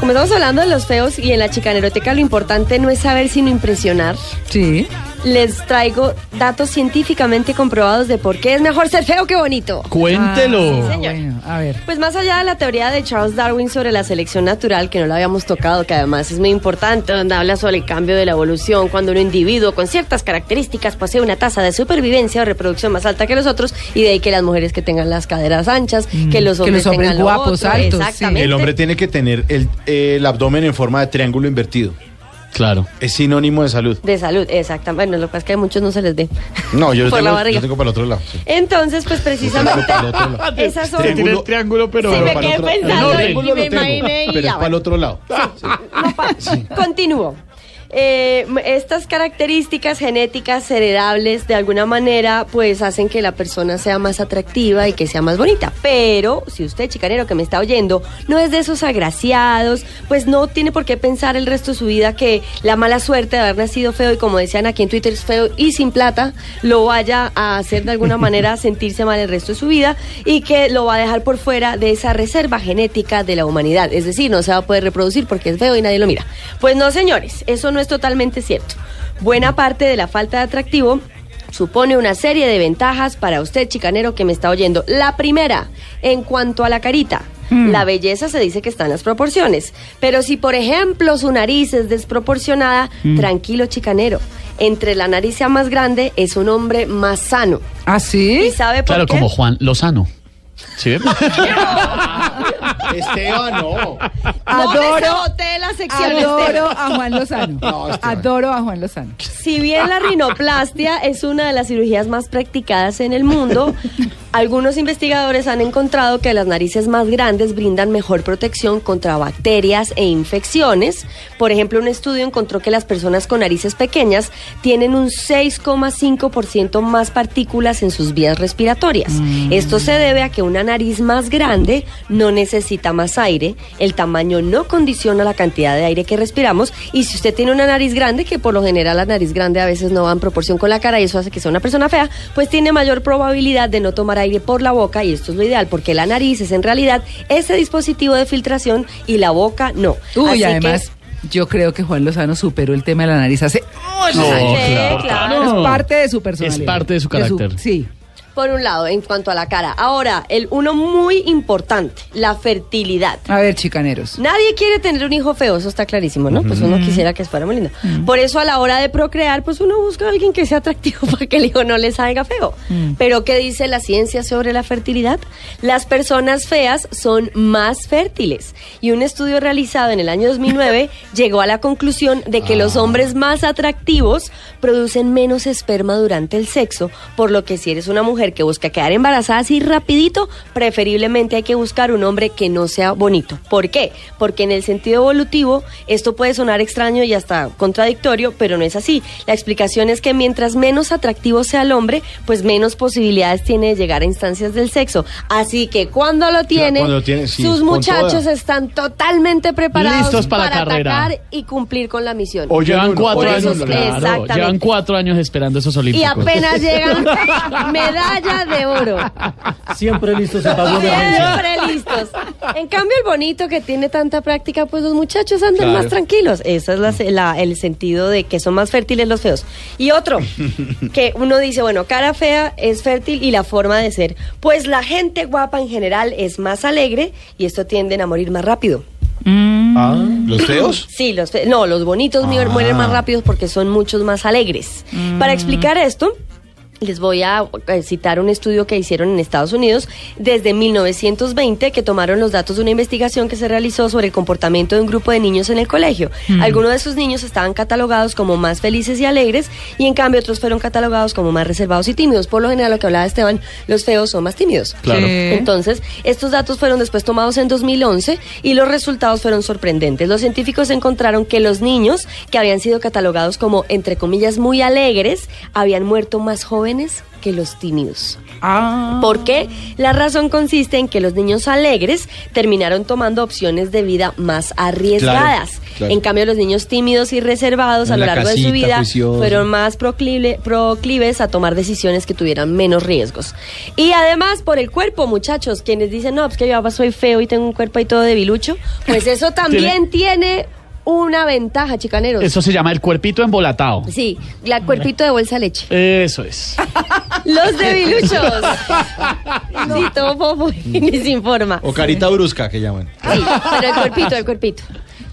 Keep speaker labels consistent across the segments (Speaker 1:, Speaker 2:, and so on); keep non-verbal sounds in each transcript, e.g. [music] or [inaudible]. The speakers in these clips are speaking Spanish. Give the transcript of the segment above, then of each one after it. Speaker 1: Como estamos hablando de los feos y en la chicaneroteca lo importante no es saber sino impresionar.
Speaker 2: Sí.
Speaker 1: Les traigo datos científicamente comprobados de por qué es mejor ser feo que bonito.
Speaker 3: Cuéntelo.
Speaker 1: señor.
Speaker 2: Oh, Bueno, a ver.
Speaker 1: Pues más allá de la teoría de Charles Darwin sobre la selección natural, que no la habíamos tocado, que además es muy importante, donde habla sobre el cambio de la evolución, cuando un individuo con ciertas características posee una tasa de supervivencia o reproducción más alta que los otros, y de ahí que las mujeres que tengan las caderas anchas, que los
Speaker 2: Mm, que
Speaker 1: hombres,
Speaker 2: los hombres
Speaker 1: tengan lo
Speaker 2: guapos,
Speaker 1: otro,
Speaker 2: altos, sí.
Speaker 1: exactamente.
Speaker 4: El hombre tiene que tener el, el abdomen en forma de triángulo invertido.
Speaker 3: Claro.
Speaker 4: Es sinónimo de salud.
Speaker 1: De salud, exactamente. Bueno, lo que pasa es que a muchos no se les dé.
Speaker 4: [laughs] No, yo, lo
Speaker 1: Por la
Speaker 4: tengo,
Speaker 1: barriga.
Speaker 4: yo tengo para el otro lado. sí.
Speaker 1: Entonces, pues precisamente
Speaker 4: Para el otro
Speaker 1: [laughs]
Speaker 4: lado.
Speaker 1: esas son...
Speaker 4: Triángulo,
Speaker 3: Tiene el triángulo, pero.
Speaker 1: Sí, me
Speaker 4: para el
Speaker 1: quedé
Speaker 4: otro-
Speaker 1: pensando
Speaker 4: No,
Speaker 3: en
Speaker 4: triángulo
Speaker 1: y me
Speaker 4: lo tengo,
Speaker 1: imaginé y
Speaker 4: Pero
Speaker 1: ya,
Speaker 4: es para el
Speaker 1: bueno.
Speaker 4: otro lado.
Speaker 1: No, [laughs] pa- Continúo. Eh, m- estas características genéticas heredables de alguna manera pues hacen que la persona sea más atractiva y que sea más bonita. Pero si usted, chicanero que me está oyendo, no es de esos agraciados, pues no tiene por qué pensar el resto de su vida que la mala suerte de haber nacido feo y como decían aquí en Twitter es feo y sin plata, lo vaya a hacer de alguna
Speaker 4: [laughs]
Speaker 1: manera sentirse mal el resto de su vida y que lo va a dejar por fuera de esa reserva genética de la humanidad. Es decir, no se va a poder reproducir porque es feo y nadie lo mira. Pues no, señores, eso no es totalmente cierto. Buena parte de la falta de atractivo supone una serie de ventajas para usted, chicanero, que me está oyendo. La primera, en cuanto a la carita.
Speaker 2: Mm.
Speaker 1: La belleza se dice que está en las proporciones, pero si por ejemplo su nariz es desproporcionada,
Speaker 2: Mm.
Speaker 1: tranquilo chicanero, entre la nariz sea más grande es un hombre más sano.
Speaker 2: ¿Ah,
Speaker 1: ¿Y
Speaker 2: sí?
Speaker 1: sabe por
Speaker 3: Claro,
Speaker 1: qué?
Speaker 3: como Juan Lozano. ¿Sí
Speaker 4: [laughs]
Speaker 3: ve?
Speaker 4: Esteban,
Speaker 1: No
Speaker 4: no.
Speaker 2: Adoro-
Speaker 1: desaboté la sección
Speaker 2: Adoro
Speaker 1: Esteban.
Speaker 2: a Juan Lozano.
Speaker 4: No, este no.
Speaker 2: Adoro a Juan Lozano.
Speaker 1: Si bien la rinoplastia es una de las cirugías más practicadas en el mundo, algunos investigadores han encontrado que las narices más grandes brindan mejor protección contra bacterias e infecciones. Por ejemplo, un estudio encontró que las personas con narices pequeñas tienen un 6,5% más partículas en sus vías respiratorias. Esto se debe a que una nariz más grande no necesita más aire, el tamaño no condiciona la cantidad de aire que respiramos y si usted tiene una nariz grande, que por lo general la nariz grande a veces no va en proporción con la cara y eso hace que sea una persona fea, pues tiene mayor probabilidad de no tomar aire por la boca y esto es lo ideal porque la nariz es en realidad ese dispositivo de filtración y la boca no. Así
Speaker 2: Uy,
Speaker 1: que-
Speaker 2: además, yo creo que Juan Lozano superó el tema de la nariz hace muchos
Speaker 3: No,
Speaker 2: años.
Speaker 1: claro.
Speaker 2: Es parte de su personalidad.
Speaker 3: Es parte de su carácter.
Speaker 2: sí.
Speaker 1: Por un lado, en cuanto a la cara. Ahora, el uno muy importante, la fertilidad.
Speaker 2: A ver, chicaneros.
Speaker 1: Nadie quiere tener un hijo feo, eso está clarísimo, ¿no? Pues uno quisiera que fuera muy lindo. Por eso a la hora de procrear, pues uno busca a alguien que sea atractivo [laughs] para que el hijo no le salga feo. Pero ¿qué dice la ciencia sobre la fertilidad? Las personas feas son más fértiles. Y un estudio realizado en el año 2009 llegó a la conclusión de que los hombres más atractivos producen menos esperma durante el sexo, por lo que si eres una mujer que busca quedar embarazada así rapidito, preferiblemente hay que buscar un hombre que no sea bonito. ¿Por qué? Porque en el sentido evolutivo esto puede sonar extraño y hasta contradictorio, pero no es así. La explicación es que mientras menos atractivo sea el hombre, pues menos posibilidades tiene de llegar a instancias del sexo. Así que cuando lo tiene,
Speaker 4: cuando lo tiene, sí,
Speaker 1: sus
Speaker 4: con
Speaker 1: muchachos
Speaker 4: toda.
Speaker 1: están totalmente preparados
Speaker 3: Listos para la carrera.
Speaker 1: atacar y cumplir con la misión.
Speaker 4: Oye,
Speaker 3: Llevan
Speaker 4: uno,
Speaker 3: cuatro
Speaker 4: oye,
Speaker 3: años.
Speaker 4: uno,
Speaker 1: claro.
Speaker 3: Claro, llevan
Speaker 1: Exactamente.
Speaker 3: cuatro años esperando esos
Speaker 1: Y
Speaker 3: olímpicos.
Speaker 1: apenas llegan [laughs] medalla de oro.
Speaker 5: Siempre listos en caso de emergencia.
Speaker 1: Siempre listos. En cambio, el bonito que tiene tanta práctica, pues los muchachos andan
Speaker 4: Claro.
Speaker 1: más tranquilos. Ese es la- la- el sentido de que son más fértiles los feos. Y otro, que uno dice, bueno, cara fea es fértil y la forma de ser. Pues la gente guapa en general es más alegre y esto tienden a morir más rápido.
Speaker 4: Ah,
Speaker 3: Mm.
Speaker 4: ¿Los feos? Ah.
Speaker 1: Sí, los, fe- no, los bonitos mu- mueren más rápidos porque son muchos más alegres. Para explicar esto, Les voy a eh, citar un estudio que hicieron en Estados Unidos desde 1920 que tomaron los datos de una investigación que se realizó sobre el comportamiento de un grupo de niños en el colegio. Algunos de esos niños estaban catalogados como más felices y alegres y en cambio otros fueron catalogados como más reservados y tímidos. Por lo general lo que hablaba Esteban, los feos son más tímidos.
Speaker 3: Claro.
Speaker 2: Sí.
Speaker 1: Entonces, estos datos fueron después tomados en 2011 y los resultados fueron sorprendentes. Los científicos encontraron que los niños que habían sido catalogados como, entre comillas, muy alegres, habían muerto más jóvenes que los tímidos.
Speaker 2: Ah.
Speaker 1: ¿Por qué? La razón consiste en que los niños alegres terminaron tomando opciones de vida más arriesgadas.
Speaker 4: claro.
Speaker 1: En cambio, los niños tímidos y reservados a
Speaker 4: En
Speaker 1: lo
Speaker 4: la
Speaker 1: largo de su
Speaker 4: casita,
Speaker 1: vida
Speaker 4: juiciosos.
Speaker 1: fueron más proclive- proclives a tomar decisiones que tuvieran menos riesgos. Y además, por el cuerpo, muchachos, quienes dicen, no, pues que yo soy feo y tengo un cuerpo ahí todo debilucho,
Speaker 4: [laughs]
Speaker 1: pues eso también tiene una ventaja, chicaneros.
Speaker 3: Eso se llama el cuerpito embolatado.
Speaker 1: Sí, la cuerpito de bolsa de leche.
Speaker 3: Eso es.
Speaker 1: Los debiluchos. Sí, todo fofo y [laughs] ni sin forma.
Speaker 4: O carita brusca que llaman.
Speaker 1: Sí, pero el cuerpito, el cuerpito.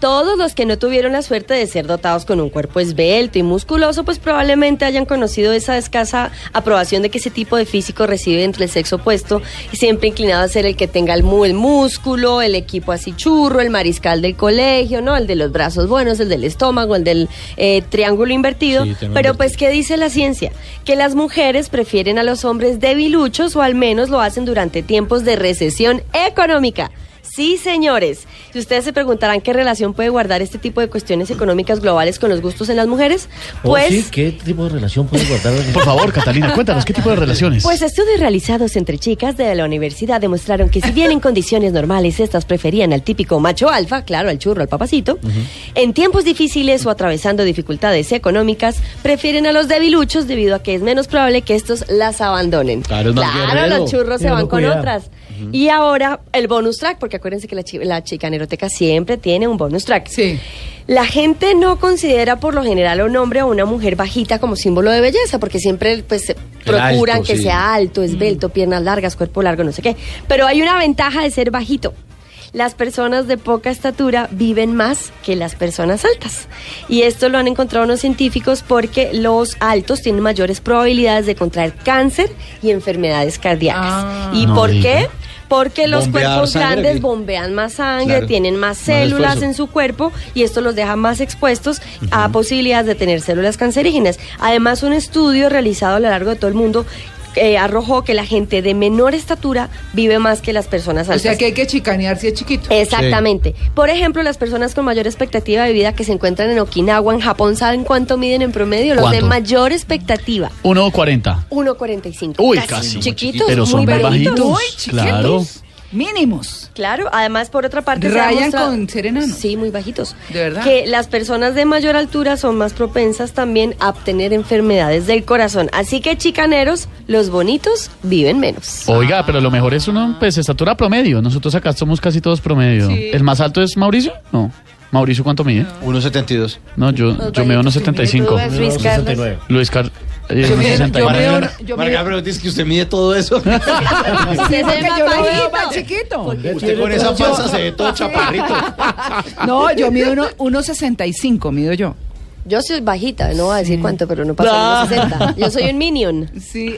Speaker 1: Todos los que no tuvieron la suerte de ser dotados con un cuerpo esbelto y musculoso, pues probablemente hayan conocido esa escasa aprobación de que ese tipo de físico recibe entre el sexo opuesto, siempre inclinado a ser el que tenga el, mu- el músculo, el equipo así churro, el mariscal del colegio, ¿no? El de los brazos buenos, el del estómago, el del eh, triángulo invertido.
Speaker 4: Sí,
Speaker 1: pero
Speaker 4: triángulo
Speaker 1: pues, ¿qué dice la ciencia? Que las mujeres prefieren a los hombres debiluchos o al menos lo hacen durante tiempos de recesión económica. Sí, señores. Si ustedes se preguntarán qué relación puede guardar este tipo de cuestiones económicas globales con los gustos en las mujeres, pues,
Speaker 5: sí, ¿Qué tipo de relación puede guardar?
Speaker 3: Por favor, Catalina, cuéntanos qué tipo de relaciones.
Speaker 1: pues estudios realizados entre chicas de la universidad demostraron que si bien en condiciones normales estas preferían al típico macho alfa, claro, al churro, al papacito, en tiempos difíciles o atravesando dificultades económicas, prefieren a los debiluchos debido a que es menos probable que estos las abandonen.
Speaker 4: Claro, es más guerrero.
Speaker 1: los churros se
Speaker 5: Claro,
Speaker 1: van con
Speaker 5: cuidado.
Speaker 1: otras. Y ahora el bonus track, porque acuérdense que la, chi- la chicaneroteca siempre tiene un bonus track.
Speaker 2: Sí.
Speaker 1: La gente no considera por lo general a un hombre o a una mujer bajita como símbolo de belleza, porque siempre pues se procuran
Speaker 4: alto,
Speaker 1: que
Speaker 4: sí.
Speaker 1: sea alto, esbelto, piernas largas, cuerpo largo, no sé qué. Pero hay una ventaja de ser bajito. Las personas de poca estatura viven más que las personas altas. Y esto lo han encontrado unos científicos porque los altos tienen mayores probabilidades de contraer cáncer y enfermedades cardíacas.
Speaker 2: Ah.
Speaker 1: ¿Y
Speaker 3: No
Speaker 1: por
Speaker 3: diga.
Speaker 1: qué? Porque los
Speaker 4: Bombear
Speaker 1: cuerpos
Speaker 4: sangre,
Speaker 1: grandes
Speaker 4: ¿qué?
Speaker 1: bombean más sangre,
Speaker 4: Claro.
Speaker 1: tienen más
Speaker 4: Más
Speaker 1: células
Speaker 4: esfuerzo.
Speaker 1: en su cuerpo y esto los deja más expuestos a posibilidades de tener células cancerígenas. Además, un estudio realizado a lo largo de todo el mundo eh, arrojó que la gente de menor estatura vive más que las personas
Speaker 2: O
Speaker 1: altas.
Speaker 2: sea que hay que chicanear si es chiquito.
Speaker 1: Exactamente. Por ejemplo, las personas con mayor expectativa de vida que se encuentran en Okinawa, en Japón, ¿saben cuánto miden en promedio? Los de
Speaker 3: ¿Cuánto?
Speaker 1: mayor expectativa.
Speaker 3: 1.40.
Speaker 1: 1,45.
Speaker 3: Uy, casi.
Speaker 1: Chiquitos,
Speaker 3: Pero son
Speaker 1: muy
Speaker 3: muy
Speaker 1: bajitos.
Speaker 3: bajitos. Claro.
Speaker 2: Mínimos.
Speaker 1: Claro, además por otra parte se ha
Speaker 2: Rayan
Speaker 1: demostrado-
Speaker 2: con ser enanos.
Speaker 1: Sí, muy bajitos.
Speaker 2: ¿De verdad?
Speaker 1: Que las personas de mayor altura son más propensas también a obtener enfermedades del corazón. Así que chicaneros, los bonitos viven menos.
Speaker 3: Oiga, pero lo mejor es uno, pues, estatura promedio. Nosotros acá somos casi todos promedio.
Speaker 2: Sí.
Speaker 3: ¿El más alto es Mauricio? No. ¿Mauricio cuánto mide?
Speaker 4: 1.72.
Speaker 3: No, yo, yo me veo unos 75.
Speaker 1: Tú, Luis Carlos.
Speaker 3: Luis eh, Carlos.
Speaker 2: Yo me- yo me-
Speaker 4: Margarita,
Speaker 2: yo
Speaker 4: Margarita,
Speaker 2: me-
Speaker 4: pero dice que usted mide todo eso.
Speaker 1: Usted se ve
Speaker 2: Porque
Speaker 1: más
Speaker 2: yo lo veo
Speaker 1: bajito.
Speaker 2: más chiquito.
Speaker 4: usted con esa panza se ve todo chaparrito.
Speaker 2: No, yo mido uno- 1.65, mido yo.
Speaker 1: Yo soy bajita, no voy a decir cuánto, pero no paso de los 60. Yo soy un minion.
Speaker 2: Sí.